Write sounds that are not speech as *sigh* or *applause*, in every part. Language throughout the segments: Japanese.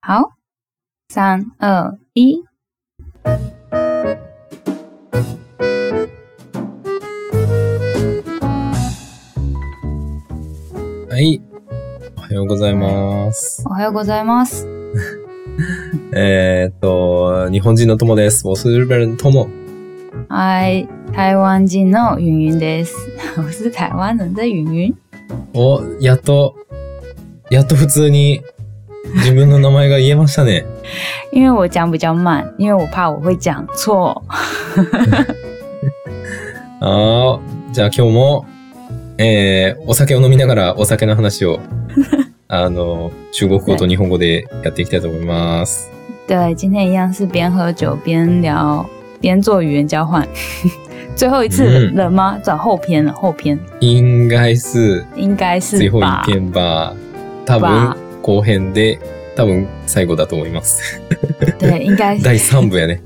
好，三二一。はい。おはようございます。おはようございます。えー、っと、日本人の友です。我是日本人友。嗨，台湾人の云云です。 *laughs* 我是台湾人的云云。お、やっと、やっと普通に自分の名前が言えました *laughs* ね。因为我讲比较慢，因为我怕我会讲错。あー、じゃあ今日も、えー、お酒を飲みながらお酒の話 *laughs* を、あの、中国語と日本語でやっていきたいと思います。对，今天一样是边喝酒边聊，边做语言交换。 *laughs* 最后一次嗯了吗？转后篇了，后篇应该是、应该是最后吧一？篇吧。多ば分、後編で、多分、最後だと思います。对，应该是第3部やね。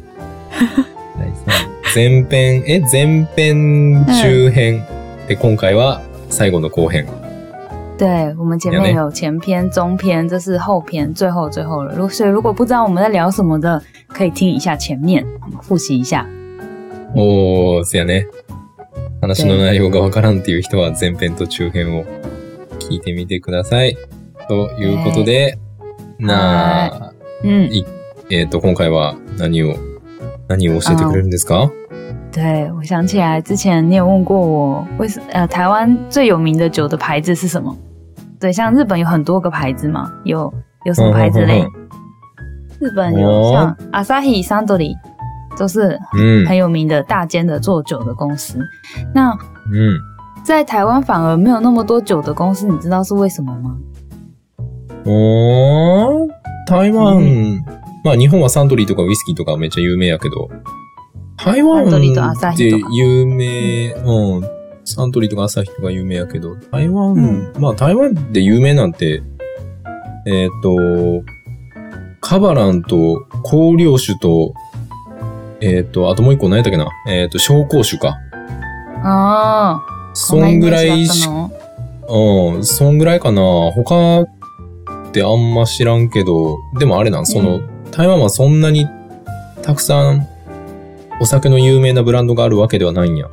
第3部。前編、え、前編、中編。で、今回は最後の後編。对。我们前有面呢有前篇、中篇，这是后篇，最后最后了。如所以如果不知道我们在聊什么的，可以听一下前面，复习一下。おー、せやね。話の内容がわからんっていう人は前編と中編を聞いてみてください。ということで、なあ、嗯，えっ、と、今回は何を、何を教えてくれるんですか对，我想起来之前你有问过我，为什呃台湾最有名的酒的牌子是什么？对，像日本有很多个牌子嘛，有有什么牌子嗯嘞？日本有像哦 Asahi、Suntory，都是うん很有名的大间的做酒的公司。那うん。在台湾反而没有那么多酒的公司，你知道是为什么吗？おー、台湾、うまあ日本はサントリーとかウイスキーとかめっちゃ有名やけど、台湾サントリーとアサっヒてとか有名、うん、サントリーとかアサヒとか有名やけど、台湾、うんまあ台湾で有名なんて、えっ、と、カバランと香料酒と、えっ、と、あともう一個何やったっけなえっ、と、紹興酒か。哦，そんぐらいし哦。うん、そんぐらいかな。他ってあんま知らんけど、でもあれなん、その、う台湾はそんなにたくさんお酒の有名なブランドがあるわけではないんや。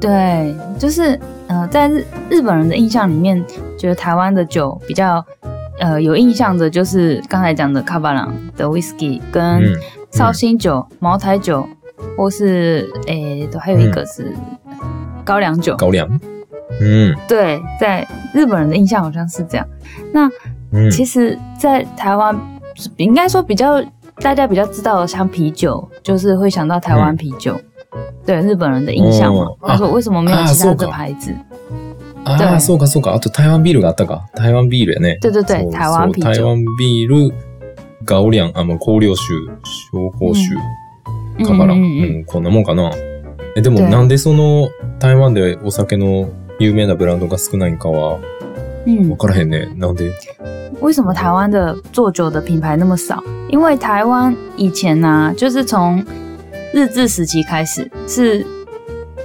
对，就是呃，在日日本人的印象里面，觉得台湾的酒比较呃有印象的，就是刚才讲的卡巴朗的 whisky う跟ん。绍兴酒、茅台酒，或是诶，都还有一个是高粱酒。高粱。うん。对，在日本人的印象好像是这样。那うん。其实，在台湾应该说比较大家比较知道的，像啤酒，就是会想到台湾啤酒。对日本人的印象嘛嗯哦，他说为什么没有啊其他そう的か牌子？あ对あ、そうかそうか。あと台湾ビールがあったか。台湾ビールやね。对对对そ，う台湾啤そう哦台酒，湾ビール、高粱、あ、まあ、香料酒、紹興酒。嗯カバラン、嗯うんこんなもんかな。え、でも对なんでその台湾でお酒の有名なブランドが少ないんかは嗯分からへんね。なんで嗯，为什么台湾的做酒的品牌那么少？因为台湾以前呢、就是从日治时期开始是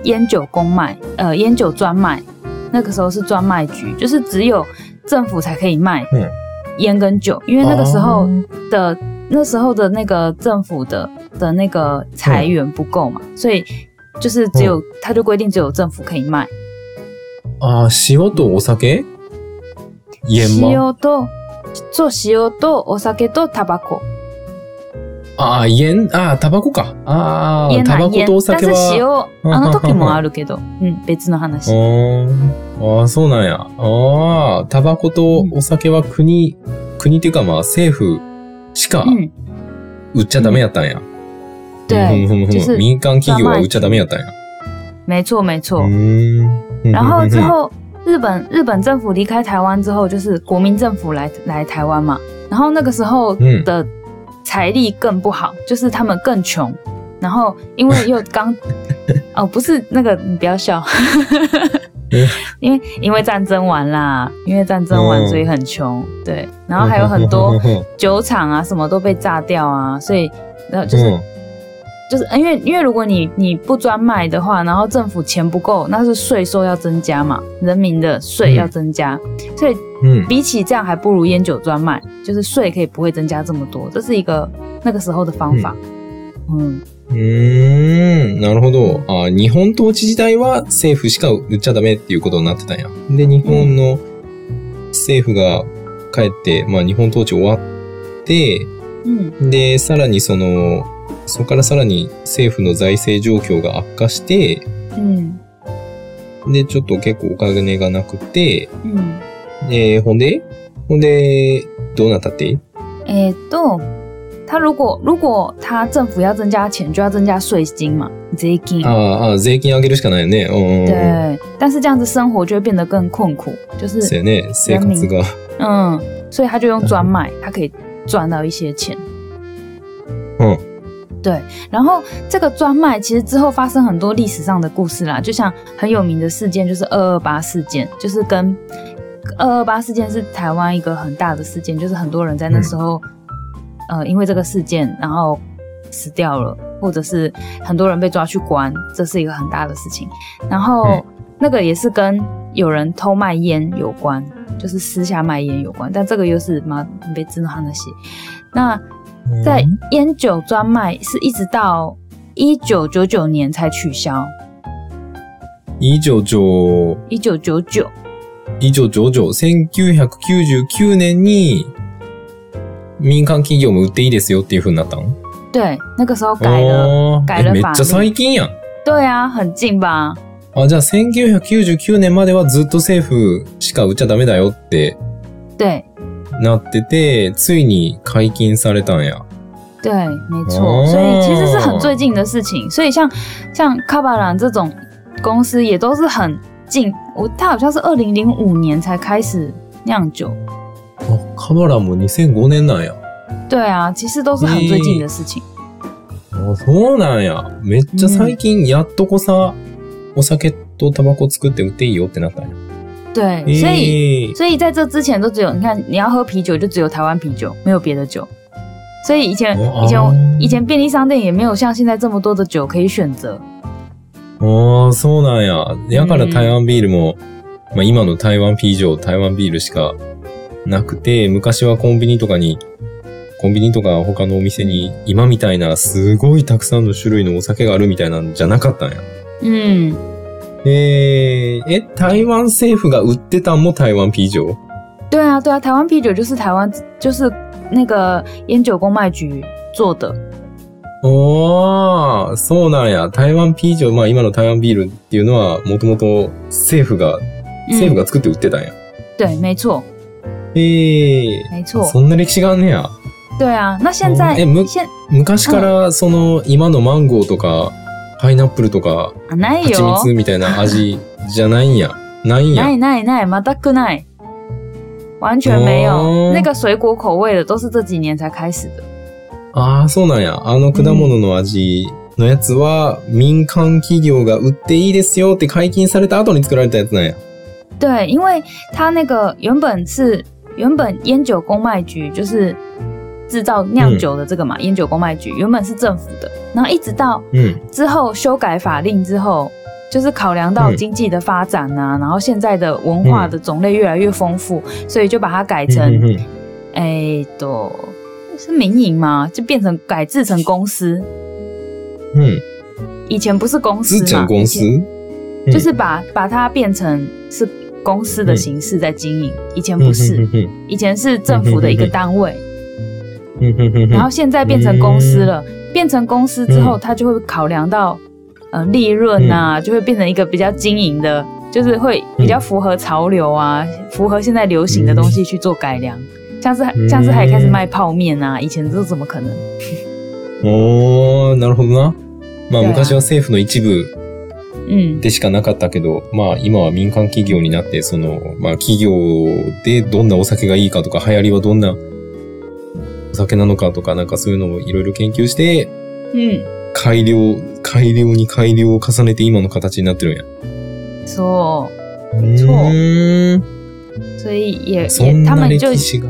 烟酒公卖，呃，烟酒专卖，那个时候是专卖局，就是只有政府才可以卖嗯烟跟酒，因为那个时候哦的那时候的那个政府的的那个财源不够嘛，嗯所以就是只有他就规定只有政府可以卖。ああ、塩とお酒塩ま塩と、そう、塩とお酒とタバコ。ああ、塩ああ、タバコか。ああ、煙タなバコとお煙。但酒是塩は。、あの時もあるけど、うん、別のう話。ーんああ、そうなんや。ああ、タバコとお酒は国、国っていうかまあ政府しかうん、売っちゃダメやったんや。对ふむふむふむ就是民間企業は売っちゃダメやったんや。没错没错。嗯，然后之后，日本日本政府离开台湾之后，就是国民政府来来台湾嘛。然后那个时候嗯的财力更不好，就是他们更穷。然后因为又 *laughs* 刚哦，不是那个，你不要笑，因为因为战争完啦，因为战争完嗯所以很穷，对。然后还有很多酒厂啊，什么都被炸掉啊，所以然后嗯就是、就是呃因为因为如果你你不专卖的话，然后政府钱不够，那是税收要增加嘛，人民的税要增加，所以うん。比起这样，还不如烟酒专卖，就是税可以不会增加这么多，这是一个那个时候的方法。嗯，うーん、なるほど。あ日本統治時代は政府しか売っちゃダメっていうことになってたんや。で、日本の政府が帰って、まあ日本統治終わって、嗯で、さらにその、そこからさらに政府の財政状況が悪化して、嗯で、ちょっと結構お金がなくて、嗯，えー、ほんでほんで、どうなったって诶、都，他如果如果他政府要增加钱，就要增加税金嘛，税金。ああ、ああ、税金上げるしかないよね。うんうんうん。对，但是这样子生活就会变得更困苦，就是そうやね。生活が。嗯，所以他就用专卖，他可以赚到一些钱。嗯，对。然后这个专卖其实之后发生很多历史上的故事啦，就像很有名的事件就是二二八事件，就是跟二二八事件是台湾一个很大的事件，就是很多人在那时候、嗯呃因为这个事件然后死掉了，或者是很多人被抓去关，这是一个很大的事情。然后、嗯那个也是跟有人偷卖烟有关，就是私下卖烟有关，但这个又是蛮被知道他那些。那嗯在烟酒专卖是一直到一九九九年才取消，以上上、一九九九，以上上場、1999年に民間企業も売っていいですよっていう風になったん对，那个时候改了，あー改了えめっ法ちゃ律最近やん。对啊，很近吧？あ、じゃあ1999年まではずっと政府しか売っちゃダメだよって对なってて、ついに解禁されたんや。对，没哦错，所以其实是很最近的事情。所以像像卡巴兰这种公司也都是很近，我他好像是二零零五年才开始酿酒，あ、カバラも2005年なんや。对啊，其实都是很最近的事情。あ、そうなんや。めっちゃ最近やっとこさ、お酒とタバコ作って売っていいよってなったんや。对，所以えー所以在这之前都只有你看，你要喝啤酒就只有台湾啤酒，没有别的酒。所以以前哦以前我哦以前便利商店也没有像现在这么多的酒可以选择。ああ、そうなんや。やから台湾ビールも、まあ今の台湾ピージョー、台湾ビールしかなくて、昔はコンビニとかに、コンビニとか他のお店に今みたいなすごいたくさんの種類のお酒があるみたいなんじゃなかったんや。嗯，えー、え、台湾政府が売ってたんも台湾ピージョー对啊对啊，台湾啤酒就是台湾就是那个烟酒公卖局做的。おー、そうなんや。台湾ピージョー、まあ今の台湾ビールっていうのはもともと政府が、政府嗯，が作って売ってたんや。对，没错えー、没错。そんな歴史があんねや。对啊，那现在哦哎没现昔からその今のマンゴーとかパイナップルとか啊ない蜂よ。蜜みたいな味じゃないんや。ないんや。ないないない，马达克奈，完全没有、哦那个水果口味的，都是这几年才开始的。ああ、そうなんや。あの果物の味のやつは民間企業が売っていいですよって解禁された後に作られたやつなんや。对，因为它那个原本是原本烟酒公卖局就是制造酿酒的这个嘛，嗯烟酒公卖局原本是政府的，然后一直到うん。之后修改法令之后，就是考量到嗯经济的发展啊，然后现在的文化的种类越来越丰富，所以就把它改うん成うんうん哎的。是民营吗？就变成改制成公司，うん。以前不是公司ず嘛，ーちゃん公司以前嗯就是把把它变成是公司的形式在经营，以前嗯不是，うんうん以前是政府的一个单位，うんうんうんうん然后现在变成公司了。变成公司之后，它就会考量到呃利润啊，就会变成一个比较经营的，就是会比较符合潮流啊，符合现在流行的东西去做改良。像是嗯像是还开始卖泡面啊，以前这怎么可能？おー、なるほどな。まあだよな昔は政府の一部嗯，でしかなかったけど、まあ今は民間企業になって、その、まあ企業でどんなお酒がいいかとか、流行りはどんなお酒なのかとか、なんかそういうのをいろいろ研究して、嗯，改良、改良に改良を重ねて今の形になってるんや。错，うーん所以也そ也ん他な们就歴史が。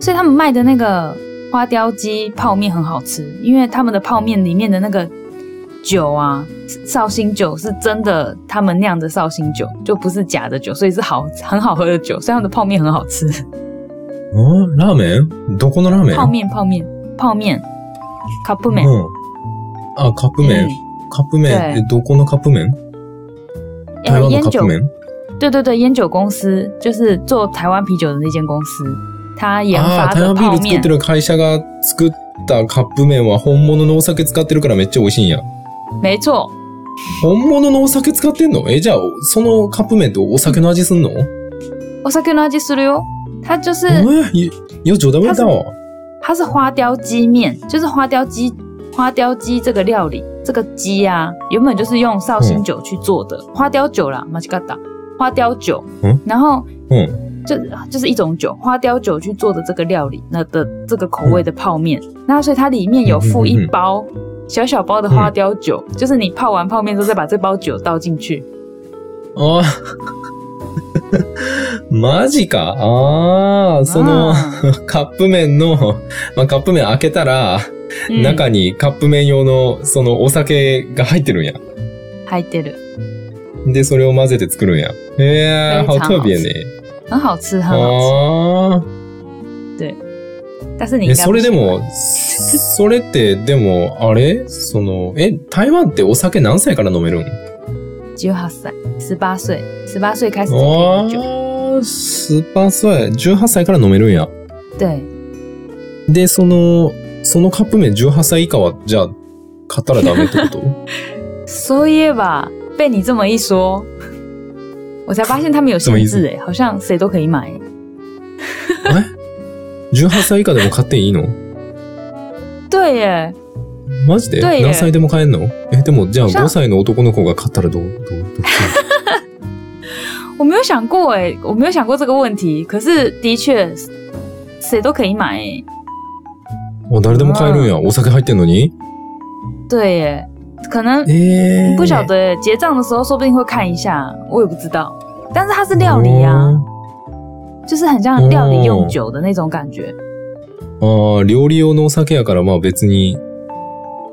所以他们卖的那个花雕鸡泡面很好吃，因为他们的泡面里面的那个酒啊，绍兴酒是真的他们酿的绍兴酒，就不是假的酒，所以是好很好喝的酒。所以他们的泡面很好吃，おラーメンどこのラーメン泡面泡面泡面，カップ麺。うん。あ、カップ麺。カップ麺。对え、どこのカップ麺え台湾の呃烟カッ酒プ麺对对对，烟酒公司就是做台湾啤酒的那间公司，它研ああ发ー、啊台的湾ビー泡ル作っ面て。る会社が作ったカップ麺は本物のお酒使ってるからめっちゃ美味しいんや。没错，本物のお酒使ってんのえ、じゃあ、そのカップ麺とお酒の味すんの我酒の味するよ。它就是、えー、よ、冗談めたわ。它是花雕鸡面，就是花雕鸡花雕鸡这个料理，这个鸡啊，原本就是用绍兴酒去做的、花雕酒啦，马吉嘎达花雕酒，嗯然后うん。就就是一种酒，花雕酒去做的这个料理，那的这个口味的泡面，那所以它里面有附嗯嗯嗯一嗯包小小包的花雕酒，就是你泡完泡面之后再把这包酒倒进去，あー *laughs* マジか。ああ、その、 *laughs* カップ麺の、まあ、カップ麺開けたら、嗯中にカップ麺用の、そのお酒が入ってるんや。还得了，で、それを混ぜて作るんや。へえ、非好常特别ね。很好吃，很好吃。哦ああ。但是你应え、该そ不れ喜で欢も、 *laughs* それって、でも、あれその、え、台湾ってお酒何歳から飲めるん十八歳、十八岁，十八岁开始就可以あ喝酒。ー、スーパーソエ、18歳から飲めるんや。对，で、その、そのカップ麺18歳以下は、じゃあ、買ったらダメってこと *laughs* 所以吧，被你这么一说， *laughs* 我才发现他们有限什么制哎、好像谁都可以买、欸。 ?18 歳以下でも買っていいの对耶，マジで对耶何歳でも買えんのえ、でも、じゃあじゃあ5歳の男の子が買ったらどう、どう、どう我没有想过哎、我没有想过这个问题。可是的确，谁都可以买哎、あ誰でも買えるんや。お酒入ってんのに对耶，可能えー。不晓得耶、结账的时候说不定会看一下，我也不知道。但是它是料理啊，哦就是很像料理用酒的那种感觉。ああ、料理用のお酒やから、まあ別に、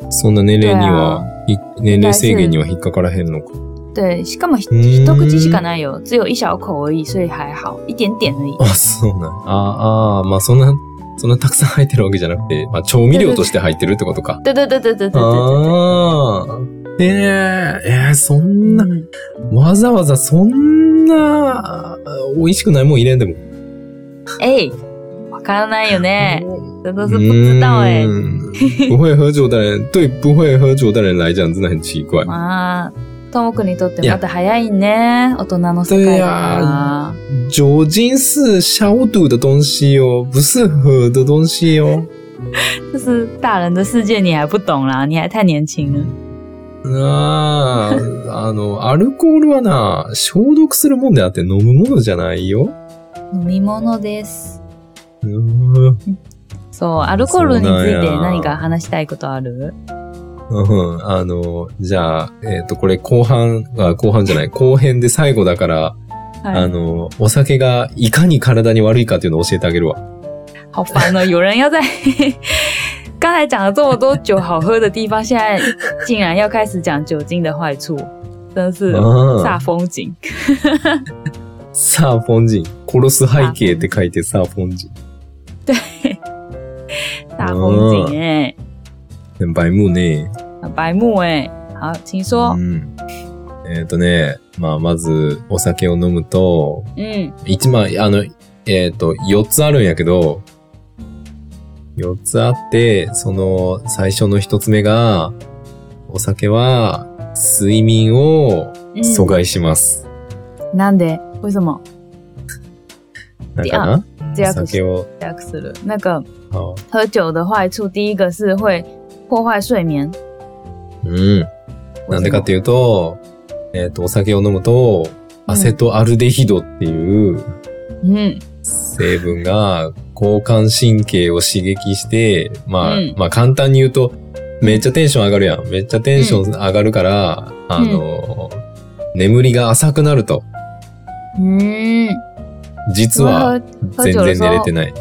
そんな年齢には、い年齢制限には引っかからへんのか。对，しかも一嗯口しかないよ，只有一小口而已，所以还好，一点点而已。 *laughs* あ、そうなん。あーあー、まあそんな、そんなたくさん入ってるわけじゃなくて、まあ調味料として入ってるってこ *laughs* とか。对对对对对对对ああ。えええーそんな对。、嗯わざわざそんな、美味しくないもん入れんでも。哎、わからないよね，真的是不知道哎、嗯， *laughs* 不会喝酒的人，对不会喝酒的 *laughs* 人来讲，真的很奇怪。まあ、ともくんにとってまだ早いね、大人の世界だから。酒精是消毒的东西哦，不是喝的东西哦。这是大人的世界，你还不懂啦，你还太年轻了。あーあの、アルコールはな、消毒するもんであって飲むものじゃないよ。飲み物です。うーんそう、アルコールについそてうなんや何か話したいことあるうん、あの、じゃあ、えっ、と、これ後半、あ後半じゃない、後編で最後だから、はあい。の、お酒がいかに体に悪いかっていうのを教えてあげるわ。好烦哦，有人要在 *laughs* 刚才讲了这么多酒好喝的地方，现在竟然要开始讲酒精的坏处，真是うん煞风景。サーフォン人。殺す背景って書いてサーフォン人。大风景哎、白目ね。白目哎、好，请说う。ん。えっ、とね、まあ、まず、お酒を飲むと、嗯，一枚、あの、えっ、と、四つあるんやけど、四つあって、その、最初の一つ目が、お酒は、睡眠を嗯阻害します。なんで？为什么？なんかな这样お子酒を、这样子了。那个あ喝酒的坏处，第一个是会破坏睡眠。うん。为什么なんでかっていうと、えっ、と、お酒を飲むと、アセトアルデヒドっていう、嗯成分が交感神経を刺激して、まあ、うんまあ簡単に言うと、めっちゃテンション上がるやん。めっちゃテンション上がるから、あの、眠りが浅くなると。嗯，実我は喝全然寝れてない。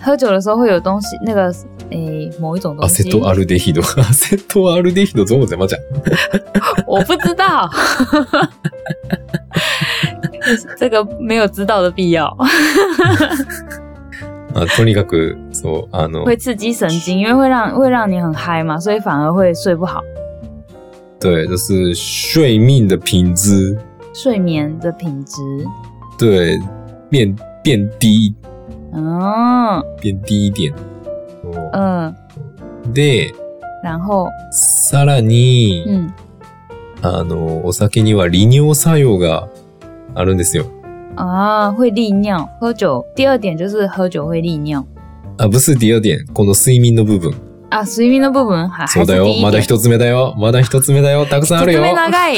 喝酒的时候会有东西，那个诶某一种东ア西セ。トアルデヒド。アセトアルデヒド怎么怎么讲？我不知道，这个没有知道的必要，あとにかく、そう、あの、会刺激神经，因为会让会让你很嗨嘛，所以反而会睡不好，对，就是睡命的品质，睡眠的品质。对，变变低，嗯变低一点。そう嗯，で、然后さらに、嗯あの、お酒には利尿作用があるんですよ。啊会利尿，喝酒。第二点就是喝酒会利尿あ、不是第二点。この睡眠の部分。啊。睡眠的部分还そ还う是だよ第。一まだ点。一つ目だよ。まだ一つ目だ *laughs* よ。たくさんある这よ边。大概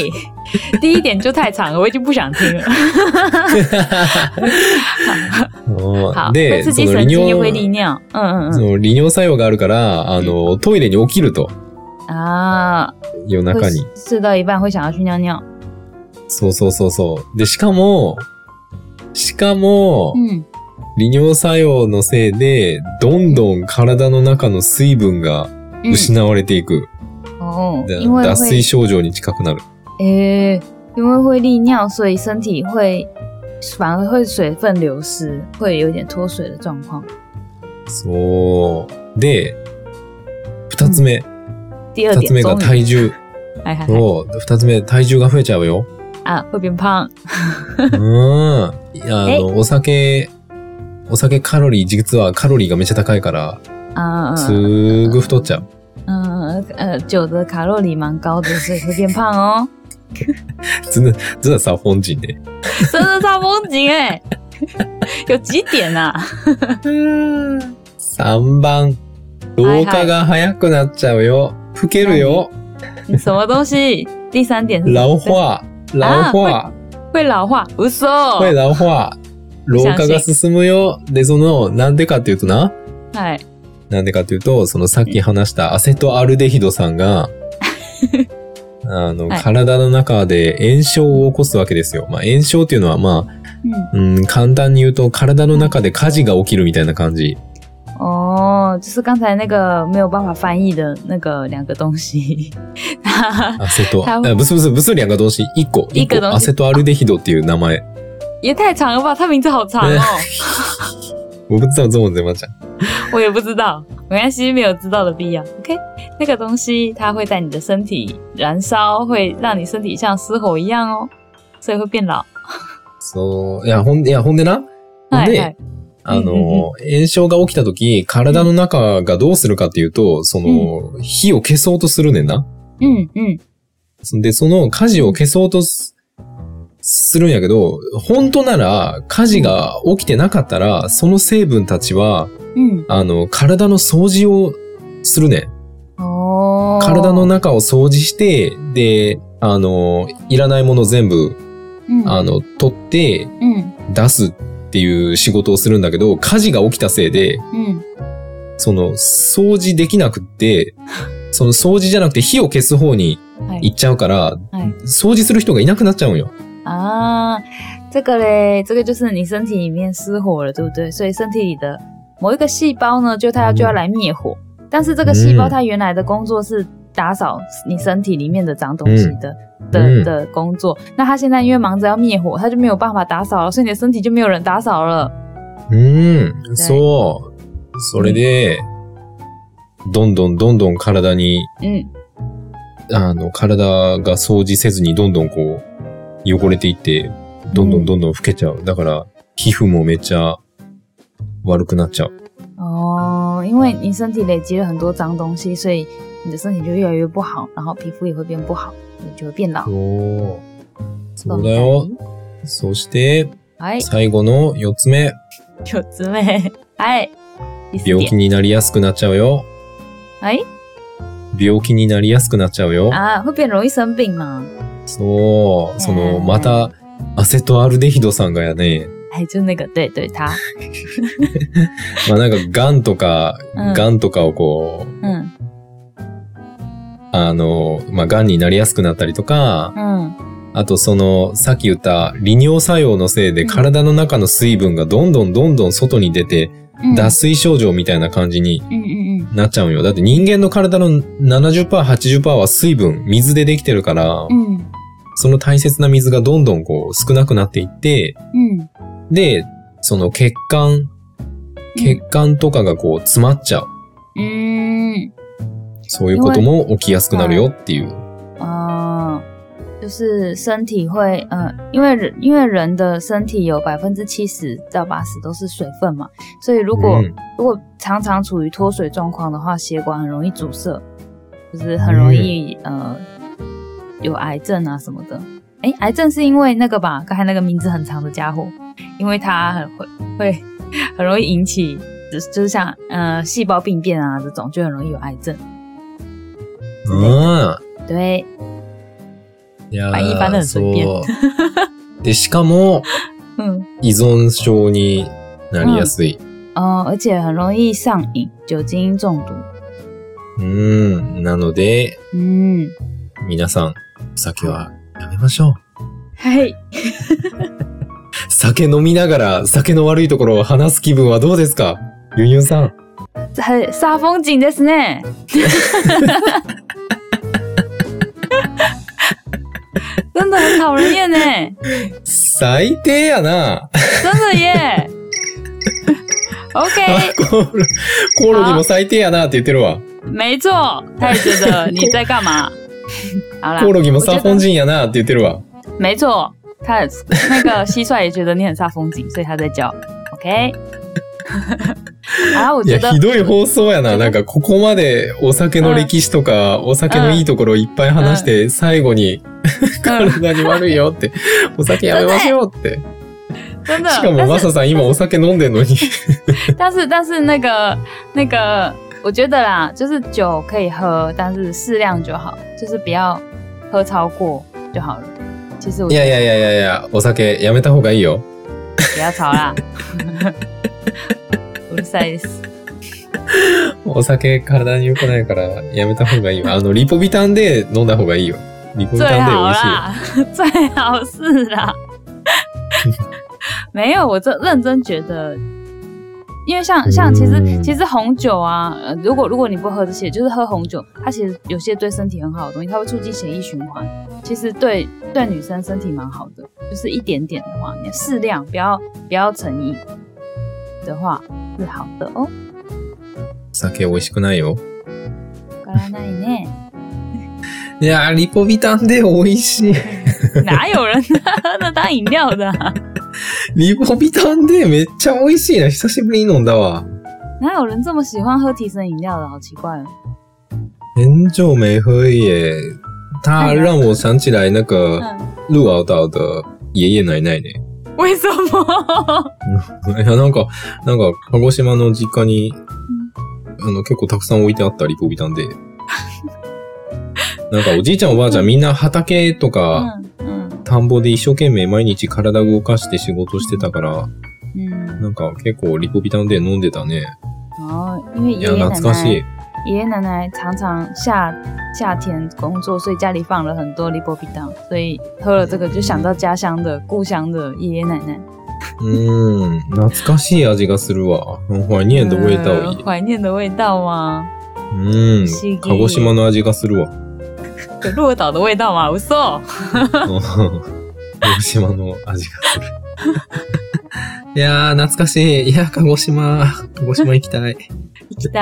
第一点就太长了，我已经不想听了。うん *laughs* 好，会で、刺そ激の神利经又会利尿、尿。嗯そ嗯の利尿作用があるから、あの、トイレに起きると。嗯啊，夜会中に。睡到一半会想要去尿尿。そうそうそうそう。で、しかも、しかも、嗯，利尿作用のせいで、どんどん体の中の水分が嗯失われていく。哦，で因为脱水会症状に近くなる。诶、因为会利尿，所以身体会反而会水分流失，会有点脱水的状况。そう。で、二つ目。第二二つ点，目が终于，体重。哎嗨嗨そう。二つ目、体重が増えちゃう *laughs* よ。啊，会变胖。うん。あえの、お酒、お酒カロリー、実はカロリーがめっちゃ高いから、啊，す嗯ーぐ太っちゃう。 *laughs* 嗯呃，酒的卡路里蛮高的，所以会变胖哦。 *laughs* 真的、真的さ、本人で。真的大风景哎、 *laughs* 有几点啊？ *laughs* 3番。老化が早くなっちゃうよ。老けるよ。什么东西？第三点是什老么化。老化。会老化，不是哦。会老化。老化が進むよ。で、その、なんでかっていうとな。哎，なんでかっていうと、そのさっき話したアセトアルデヒドさ *laughs* んが、あの、はい体の中で炎症を起こすわけですよ。まあ、炎症っていうのは、まあ、嗯，うん、簡単に言うと、体の中で火事が起きるみたいな感じ。哦，就是刚才那个没有办法翻译的那个两个东西， *laughs* 它アセト、多あ分ブスブスブス两个东西、一個、一個東西アセトアルデヒドっていう名前。也太长了吧？它名字好长哦，我不知道中文怎么讲。我也不知道，没关系，没有知道的必要。OK，那个东西它会在你的身体燃烧，会让你身体像失火一样哦，所以会变老。そう、いや、ほん、いや、ほんでな。ほんはいで、はいあの、うんうん炎症が起きた時、体の中がどうするかっていうと、その、火を消そうとするねんな。嗯嗯で、その火事を消そうとすするんやけど、本当なら火事が起きてなかったら、その成分たちは、嗯，あの、体の掃除をするねん。哦，体の中を掃除して、で、あの、いらないもの全部、嗯あの、取って嗯出すっていう仕事をするんだけど、火事が起きたせいで、嗯その、掃除できなくって、その掃除じゃなくて火を消す方に行っちゃうから、哎。掃除する人がいなくなっちゃうんよ。啊，这个嘞，这个就是你身体里面失火了，对不对？所以身体里的某一个细胞呢，就它要嗯就要来灭火，但是这个细胞嗯它原来的工作是打扫你身体里面的脏东西的。的嗯的工作，那它现在因为忙着要灭火，它就没有办法打扫了，所以你的身体就没有人打扫了。うん、そう。それで、どんどんどんどん体に、嗯，あの、体が掃除せずにどんどんこう、汚れていって、どんどんどんどん老けちゃう。だから、皮膚もめっちゃ悪くなっちゃう。哦，因为你身体累积了很多脏东西，所以你的身体就越来越不好，然后皮肤也会变不好，你就会变老。そう。そうだよ。そして、哎，最後の四つ目。有姊妹，哎，第四病点気になりやすくなっちゃうよ。哎病気になりやすくなっちゃうよ。啊，会变容易生病吗？そう。その、うんまた、アセトアルデヒドさんがやね、哎，就那个，对对，他，まあなんか、癌とか、うん癌とかをこう、嗯あの、まあ、癌になりやすくなったりとか、嗯あとその、さっき言った利尿作用のせいでうん体の中の水分がどんどんどんどん外に出て、うん脱水症状みたいな感じにうんうんなっちゃうんよ。だって人間の体の70%、80%は水分、水でできてるから、うんうんその大切な水がどんどんこう少なくなっていって、うんで、その血管、血管とかがこう詰まっちゃう。嗯そういうことも起きやすくなるよっていう。啊、就是身体会呃，因为人因为人的身体有百分之七十到八十都是水分嘛，所以如果、嗯如果常常处于脱水状况的话，血管很容易阻塞，就是很容易、呃有癌症啊什么的。哎，癌症是因为那个吧？刚才那个名字很长的家伙，因为它很会会 *laughs* 很容易引起，就是就是像呃细胞病变啊这种，就很容易有癌症。うん。对，いやー翻译翻得很随便そうで、しかも、嗯。依存症になりやすい。呃，而且很容易上瘾，酒精中毒。うん。なので、嗯，皆さん、お酒はやめましょう。嘿，酒飲みながら、酒の悪いところを話す気分はどうですかゆんゆんさん。很煞风景ですね。 *laughs* 真的很讨人厌呢，最低やな。真的耶。OK，コール、 *laughs* コールにも最低やなって言ってるわ。没错，他也觉得你在干嘛？好啦コオ，ロギも我觉得サーフォン人やなって言ってるわ。没错，他也那个蟋蟀也觉得你很煞风景，所以他在叫 OK。然后我い觉や、得ひどい放送やな。なんか、ここまでお酒の歴史とか、お酒のいいところいっぱい話して、最後に、体に悪いよって、お酒やめましょうって。真的，しか但是も、マサさん今お酒飲んでんの *laughs* に。但是但是那个那个，我觉得啦，就是酒可以喝，但是适量就好，就是不要喝超过就好了。其实我い觉や得いやいやいやいや、お酒やめた方がいいよ。不要吵啦。 *laughs* うるさいです。お酒体に良くないから、やめた方がいいよ。あの、リポビタンで飲んだ方がいいよ。リポビ最タンで美好味しいよ。啦， *laughs* 最好是啦。没有，我这认真觉得，因为像像其实嗯其实红酒啊，呃，如果如果你不喝这些，就是喝红酒，它其实有些对身体很好的东西，它会促进血液循环，其实对对女生身体蛮好的，就是一点点的话，你适量，不要不要成瘾的话是好的哦。お酒美味しくないよ。わからないね，いやー、リポビタンで美味しい。 *laughs* 哪有人喝那当饮料的、啊？リポビタンでめっちゃ美味しいな。久しぶりに飲んだわ。哪有人这么喜欢喝提神饮料的？好奇怪哦。很久没喝耶，它哎呀让我想起来那个嗯，鹿儿岛的爷爷奶奶ね。为什啊么？いや、 *laughs* なんか、なんか、鹿児島の実家に、あの、結構たくさん置いてあったリポビタンで。 *laughs* なんか、おじいちゃんおばあちゃんみんな畑とか、嗯嗯田んぼで一生懸命毎日体動かして仕事してたから、嗯，なんか結構リポビタンで飲んでたね。哦，因为い爷や、爷奶懐かしい奶。爷爷奶奶常常夏夏天工作，所以家里放了很多利波比当，所以喝了这个就想到家乡的故乡的爷爷奶奶，うーん、懐かしい味がするわ。怀念的味道呃怀念的味道吗？う不ん思議、鹿児島の味がす *laughs* るわ。有鹿儿岛的味道吗？我说，鹿児島の味がする。 *laughs* いやー、懐かしい。いや、鹿児島、鹿児島行きた *laughs* い。い对，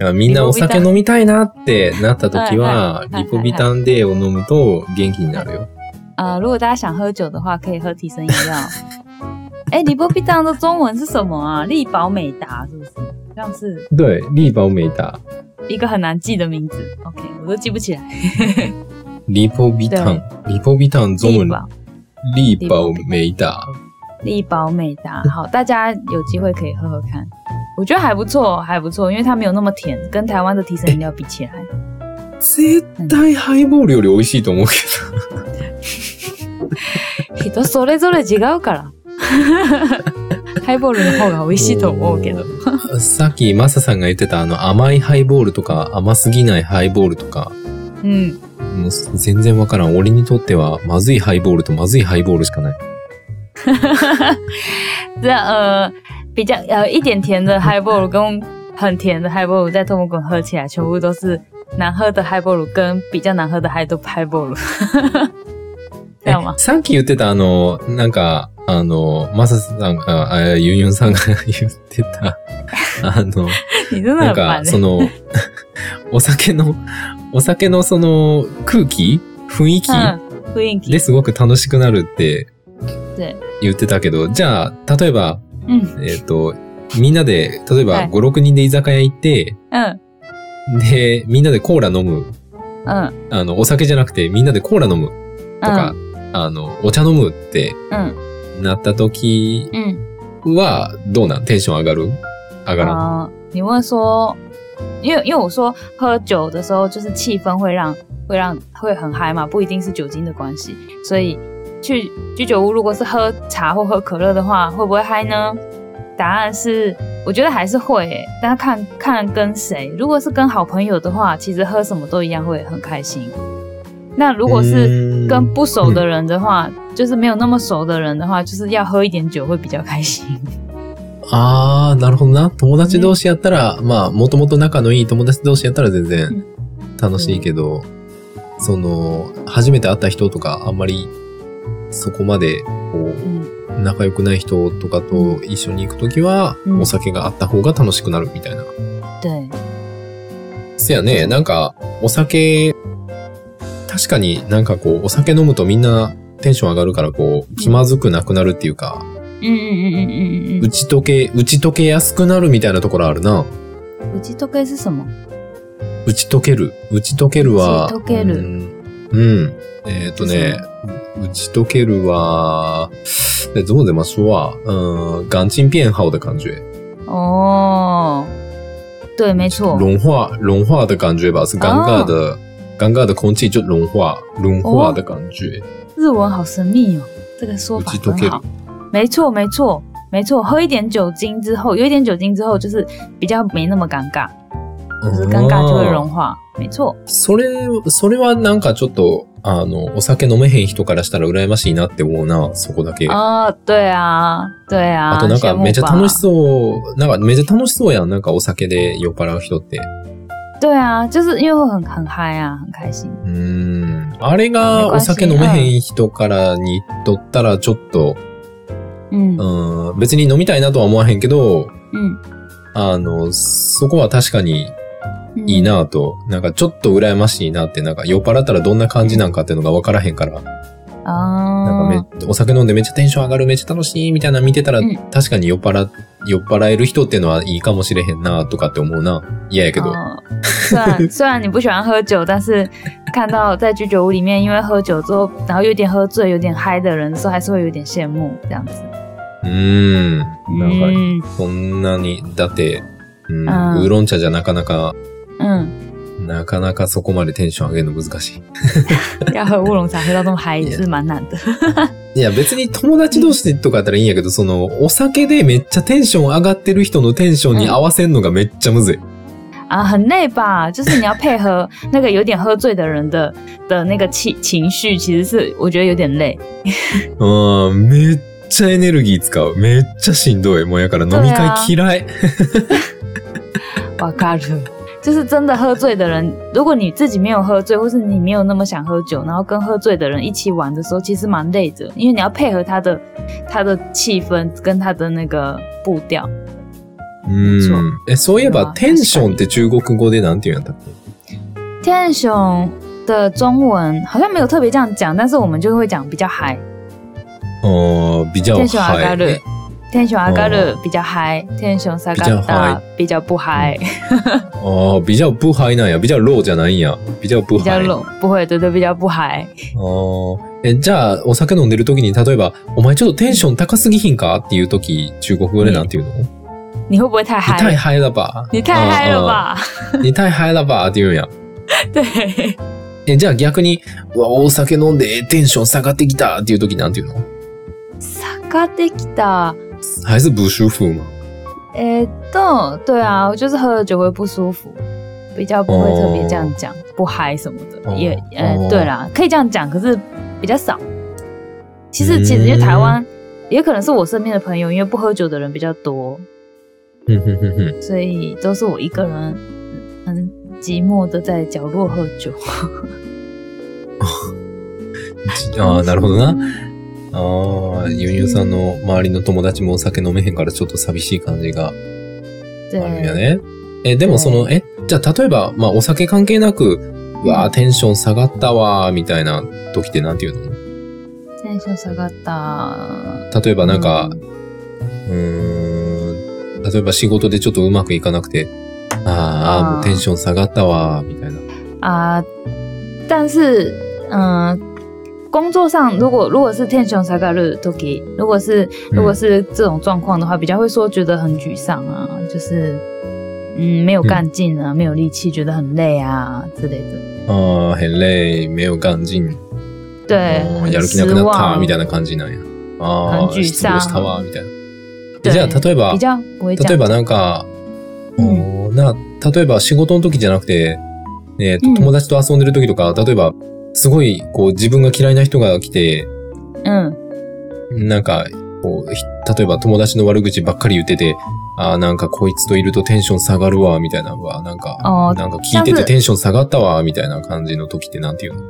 やみんなお酒飲みたいなってなった時はは、いはいリポビタンデーを飲むと元気になるよ。 *laughs* 呃，如果大家想喝酒的话，可以喝提神饮料。哎，利波比当的中文是什么啊？力宝美达是不是？好像是。对、リーバをめいた。一个很难记的名字。OK，我都记不起来。リポビタン。リポビタン中文力宝，リーバをめいた。力宝美 *laughs* 达，好，大家有机会可以喝喝看，我觉得还不错，还不错，因为它没有那么甜，跟台湾的提神饮料比起来，絶対ハイボールより美味しいと思うけど。人それぞれ違う *laughs* から。ハイボールの方が美味しいと思うけど。さっきマサさんが言ってたあの甘いハイボールとか甘すぎないハイボールとか、うん。もう全然わからん。俺にとってはまずいハイボールとまずいハイボールしかない。这呃，比较呃一点甜的ハイボール跟很甜的ハイボール在透明滚喝起来，全部都是难喝的ハイボール跟比较难喝的ハイドハイボー *laughs* ル。这え样吗？さっき言ってたあの、なんか、あの、マサさんが、あ、ユニオンさんが言って *laughs* た、あの、你真的なん很烦か、欸そ *laughs* の、お酒の、お酒のその空気雰囲気嗯，不应で该。すごく楽しくなるって对言ってたけど、じゃあ、例えば、嗯えっ、と、みんなで、例えはば5、い6人で居酒屋行って、嗯で、みんなでコーラ飲む。嗯あの、お酒じゃなくてみんなでコーラ飲むとか嗯、あの、お茶飲むって嗯なった時嗯。は、どうなんテンション上がる上がらん。啊、你问说，因为因为我说喝酒的时候，就是气氛会让会让会很嗨嘛，不一定是酒精的关系，所以去居酒屋如果是喝茶或喝可乐的话，会不会嗨呢？答案是，我觉得还是会诶、但看看跟谁。如果是跟好朋友的话，其实喝什么都一样会很开心。那如果是うーん跟不熟的人的话，就是没有那么熟的人的话，就是要喝一点酒会比较开心。あー、なるほどな。友達同士やったら、まあ、もともと仲のいい友達同士やったら全然楽しいけど、その、初めて会った人とか、あんまり、そこまで、こ嗯。う、仲良くない人とかと一緒に行くときは、うんお酒があった方が楽しくなるみたいな。对，せやね、なんか、お酒、確かになんかこう、お酒飲むとみんなテンション上がるから、こう、気まずくなくなるっていうか、嗯嗯嗯嗯嗯打ち解け、打ち解けやすくなるみたいなところあるな。嗯，打ち解け是什么？打ち解ける。打ち解けるは、打ち解けるうん。うんえっ、とね、打ち解けるは、え、どうでましょうは、うん、感情变好的感觉。哦，对，没错，融化、融化的感觉吧。是尴尬的、尴尬的空气就融化、融化的感觉。日文好神秘哦，这个说法打ち解け很る好。没错，没错，没错，喝一点酒精之后，有一点酒精之后，就是比较没那么尴尬，就是尴尬就会融あー化。没错，それ、それはなんかちょっと、あの、お酒飲めへん人からしたら羨ましいなって思うな、そこだけ。哦，对啊，对啊，あとなん羡か慕めっちゃ吧楽しそう、なんかめっちゃ楽しそうやん。なんかお酒で酔っ払う人って。对啊，就是因为会很很嗨啊，很开心。うーん。あれがお酒飲めへん人からにとったらちょっと、嗯うん、別に飲みたいなとは思わへんけど、嗯，あの、そこは確かに嗯いいなと、なんかちょっと羨ましいなって、なんか酔っ払ったらどんな感じなんかっていうのがわからへんから、なん嗯哦，かめ、お酒飲んでめっちゃテンション上がる、めっちゃ楽しいみたいなの見てたら、うん確かに酔っ払、酔っ払える人っていうのはいいかもしれへんなとかって思うな。嫌やけど。哦、虽然虽然你不喜欢喝酒，但是看到在居酒屋里面，因为喝酒之后，然后有点喝醉、有点嗨的人的时候，还是会有点羡慕这样子。うーん。なんか、嗯そんなに、だって、うん、ウあーーロン茶じゃなかなか、嗯，なかなかそこまでテンション上げるの難し要喝乌龙茶喝到这么嗨也是蛮难的。い。いや、別に友達同士とかやったらいいんやけど、その、お酒でめっちゃテンション上がってる人のテンションに合わせんのがめっちゃむずい。啊，很累吧？就是你要配合那个有点喝醉的人的的那个情情绪，其实是我觉得有点累。うん、めっちゃエネルギー使う。めっちゃしんどい。もうやから飲み会嫌い。哇嘎了。就是真的喝醉的人，如果你自己没有喝醉，或是你没有那么想喝酒，然后跟喝醉的人一起玩的时候，其实蛮累的，因为你要配合他的他的气氛跟他的那个步调。うそんう。え、そういえうばわ、テンションって中国語でなんて言うんやったっけ天熊的中文好像没有特别这样讲，但是我们就会讲比较嗨，あー、ビジャオテンション上がハイ。るえ天熊阿嘎哎哦勒比较嗨，天熊萨比较嘎嗨嗯达比较不嗨，ああ、ビジャオブハイなんや。ビジャオローじゃないんや。ビジャオブ比较ハイ。 low，不会，对对，比较不嗨。ああ。え、じゃあ、お酒飲んでる時に、例えば、お前ちょっとテンション高すぎひんかっていう時、中国語でなんて言うのに你会不会太嗨？太ハイだば。你太嗨了吧？あー？に太ハイだばって言うんや。哦对，え、じゃあ逆に、うわ、お酒飲んでテンション下がってきたっていう時なんて言うの萨嘎哦 *laughs* 得吉达。还是ブシュフーマン。诶，对对啊，我就是喝了酒会不舒服，比较不会特别这样讲，不嗨什么的，哦也呃哦嗯对啦，可以这样讲，可是比较少。其实其实因为台湾也可能是我身边的朋友，因为不喝酒的人比较多，ふんふんふんふん所以都是我一个人嗯很寂寞的在角落喝酒。じああ、なるほどな。。ああ、ユニオさんの周りの友達もお酒飲めへんからちょっと寂しい感じがあ *laughs* 对るんやね。え、でもその、え、じゃあ例えば、まあお酒関係なく、うわあ、テンション下がったわーみたいな時ってなんていうのテンション下がった。例えばなんか、うーん、例えば仕事でちょっとうまくいかなくて、あーあー、もうテンション下がったわーみたいな。啊、但是嗯、工作上如果如果是 tension 下がる時，如果是如果是这种状况的话，比较会说觉得很沮丧啊，就是嗯没有干劲啊，没有力气，觉得很累啊之类的。ああ、変累、目を感じん。对，うんや很る気な失くなった望みたいな感じなんや。ああ、感じ失望したわ、みたいな。对じゃあ、例えば比、较不会例讲え。ばなんか、うんおーな例えば仕事の時じゃなくて、えーとうん友達と遊んでる時とか、例えば、すごい、こう、自分が嫌いな人が来て、嗯なんか、こう、ひ例えば友達の悪口ばっかり言ってて、ああ、なんかこいつといるとテンション下がるわ、みたいな、うわ、なんか、哦、なんか聞ないてんてかテンション下がったわ、みたいな感じの時ってなんていうの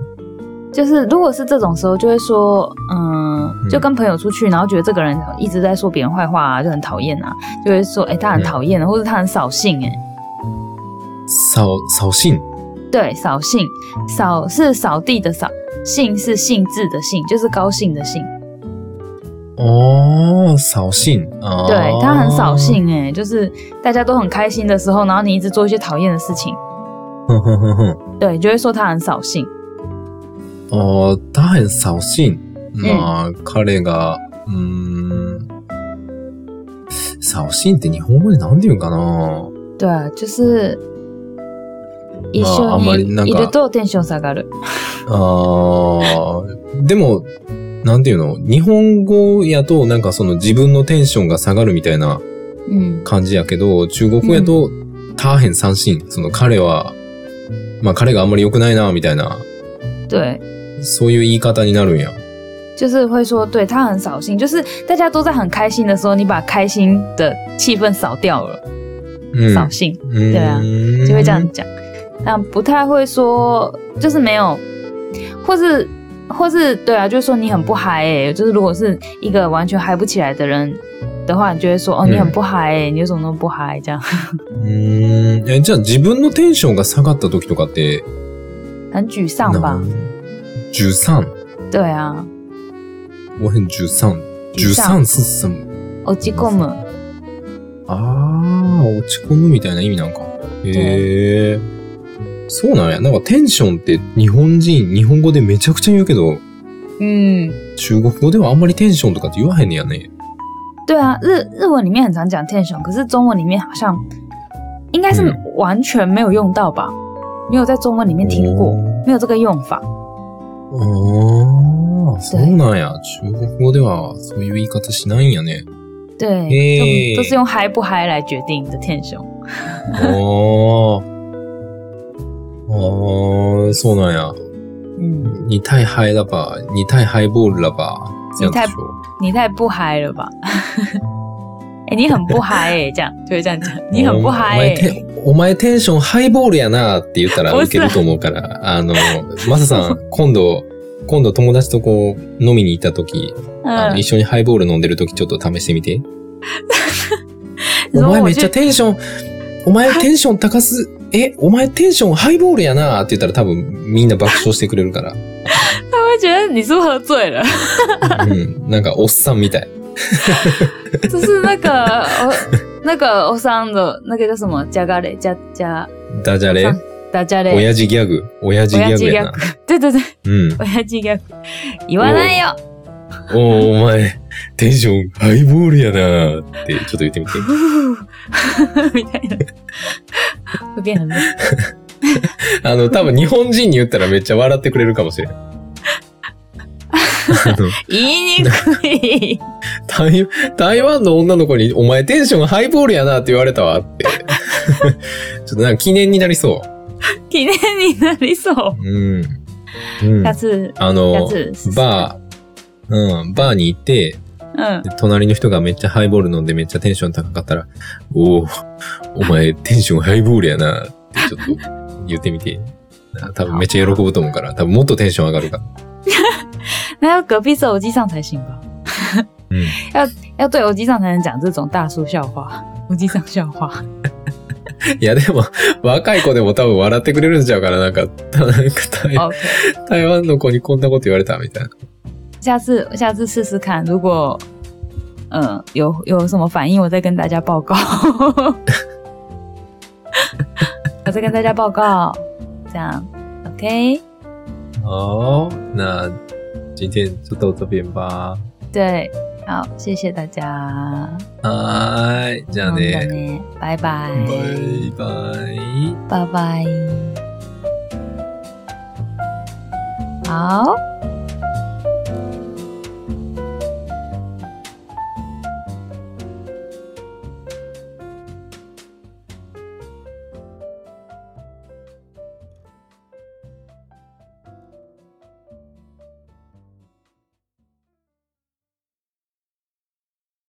就是如果是这种时候，就会说，嗯，嗯就跟朋友出去，然后觉得这个人一直在说别人坏话啊，就很讨厌啊，就会说，哎、他很讨厌，或者他很扫兴，哎，さお、さおしん。对，扫兴，扫是扫地的扫，兴是兴致的兴，就是高兴的兴。哦，扫兴啊！对他很扫。兴哎、就是大家都很开心的时候，然后你一直做一些讨厌的事情，哼哼哼哼，对，就会说他很扫兴。哦，他很扫兴。まあ、彼が、うーん、扫興って日本語でなんて言うんかな对啊，就是一あ緒あんまりになんかいるとテンション下がる。あーでも、なんていうの日本語やとなんかその自分のテンションが下がるみたいな嗯，感じやけど、中国語やと、他很三心。その彼は、まあ彼があんまり良くないな、みたいな、对。そういう言い方になるんや。就是会说，对他很扫兴，就是大家都在很开心的时候，你把开心的气氛扫掉了，うん。扫兴对啊嗯就会这样讲。但不太会说，就是没有，或是或是对啊，就是说你很不嗨哎、就是如果是一个完全嗨不起来的人的话，你就会说哦，嗯你很不嗨哎、你为什么那么不嗨这样，うーんえじゃあ自分のテンションが下がった時とかって、很沮丧嗯吧？ 13。对啊，我很13。沮丧13是什么哦，机构们，あー、落ち込むみたいな意味なんか。へえ。そうなんや。なんかテンションって日本人、日本語でめちゃくちゃ言うけど、嗯，中国語ではあんまりテンションとかって言わへんねやね。对啊，日日文里面很常讲 tension，可是中文里面好像应该是嗯完全没有用到吧？没有在中文里面听过，嗯没有这个用法。おーあー、そうなんや。中国語ではそういう言い方しないんやね。对，嘿就都是用嗨不嗨来决定你的 tension。おー。あー、そうなんや。嗯，你太嗨了吧？你太嗨不了吧？这样子你太说。你太不嗨了吧？ *laughs* 哎、你很不嗨哎、这样 *laughs* 就会这样讲，你很不嗨哎、お前テンお前テンションハイボールやなって言ったらおっさんウケると思うから、あの、マサさ *laughs* ん、今度、今度友達とこう、飲みに行った時、あの、一嗯，緒にハイボール飲んでる時ちょっと試して *laughs* みて。お如果前我めっち去ゃテンション、お前テンション高す、え、お前テンションハイボールやなって言ったら多分みんな爆笑してくれるから。他会觉得你是不是喝醉了，うん。なんかおっさんみたい。就是那个哦那个欧桑的那个叫什么加嘎嘞加加ダジャレ大家嘞。親父ギャグ。親父ギャグやな。对对对，うん。我要记个，一万来哟。おお前、テンションハイボールやなーって、ちょっと言ってみて。みたいな。 *laughs* 会变很累。あの、多分日本人に言ったらめっちゃ笑ってくれるかも *laughs* しれん。あの言いにくい。 *laughs* 台台湾の女の子に、お前テンションハイボールやなって言われたわって。 *laughs* ちょっとなんか記念になりそ。記念になりそううん。うん嗯う。下。次、あ下の、次。バー、うん、バーに行って、うん。で隣の人がめっちゃハイボール飲んでめっちゃテンション高かったら、おお、お前テンションハイボールやなってちょっと言ってみて。な多分めっちゃ喜ぶと思うから、多分もっとテンション上がるから。那要隔壁是我机上才行吧？うん。要对我机上才能讲这种大叔笑话， *laughs* 我机上笑话。いやでも、若い子でも多分笑ってくれるんちゃうから、なんか、なんか台 OK，台湾の子にこんなこと言われたみたいな。下次下次试试看，如果嗯有有什么反应，我再跟大家报告。 *laughs* 我再跟大家报告，这样 OK？好，那今天就到这边吧。对，好，谢谢大家，はーい、じゃあ好ね。的拜拜，バイバイ。拜拜，好。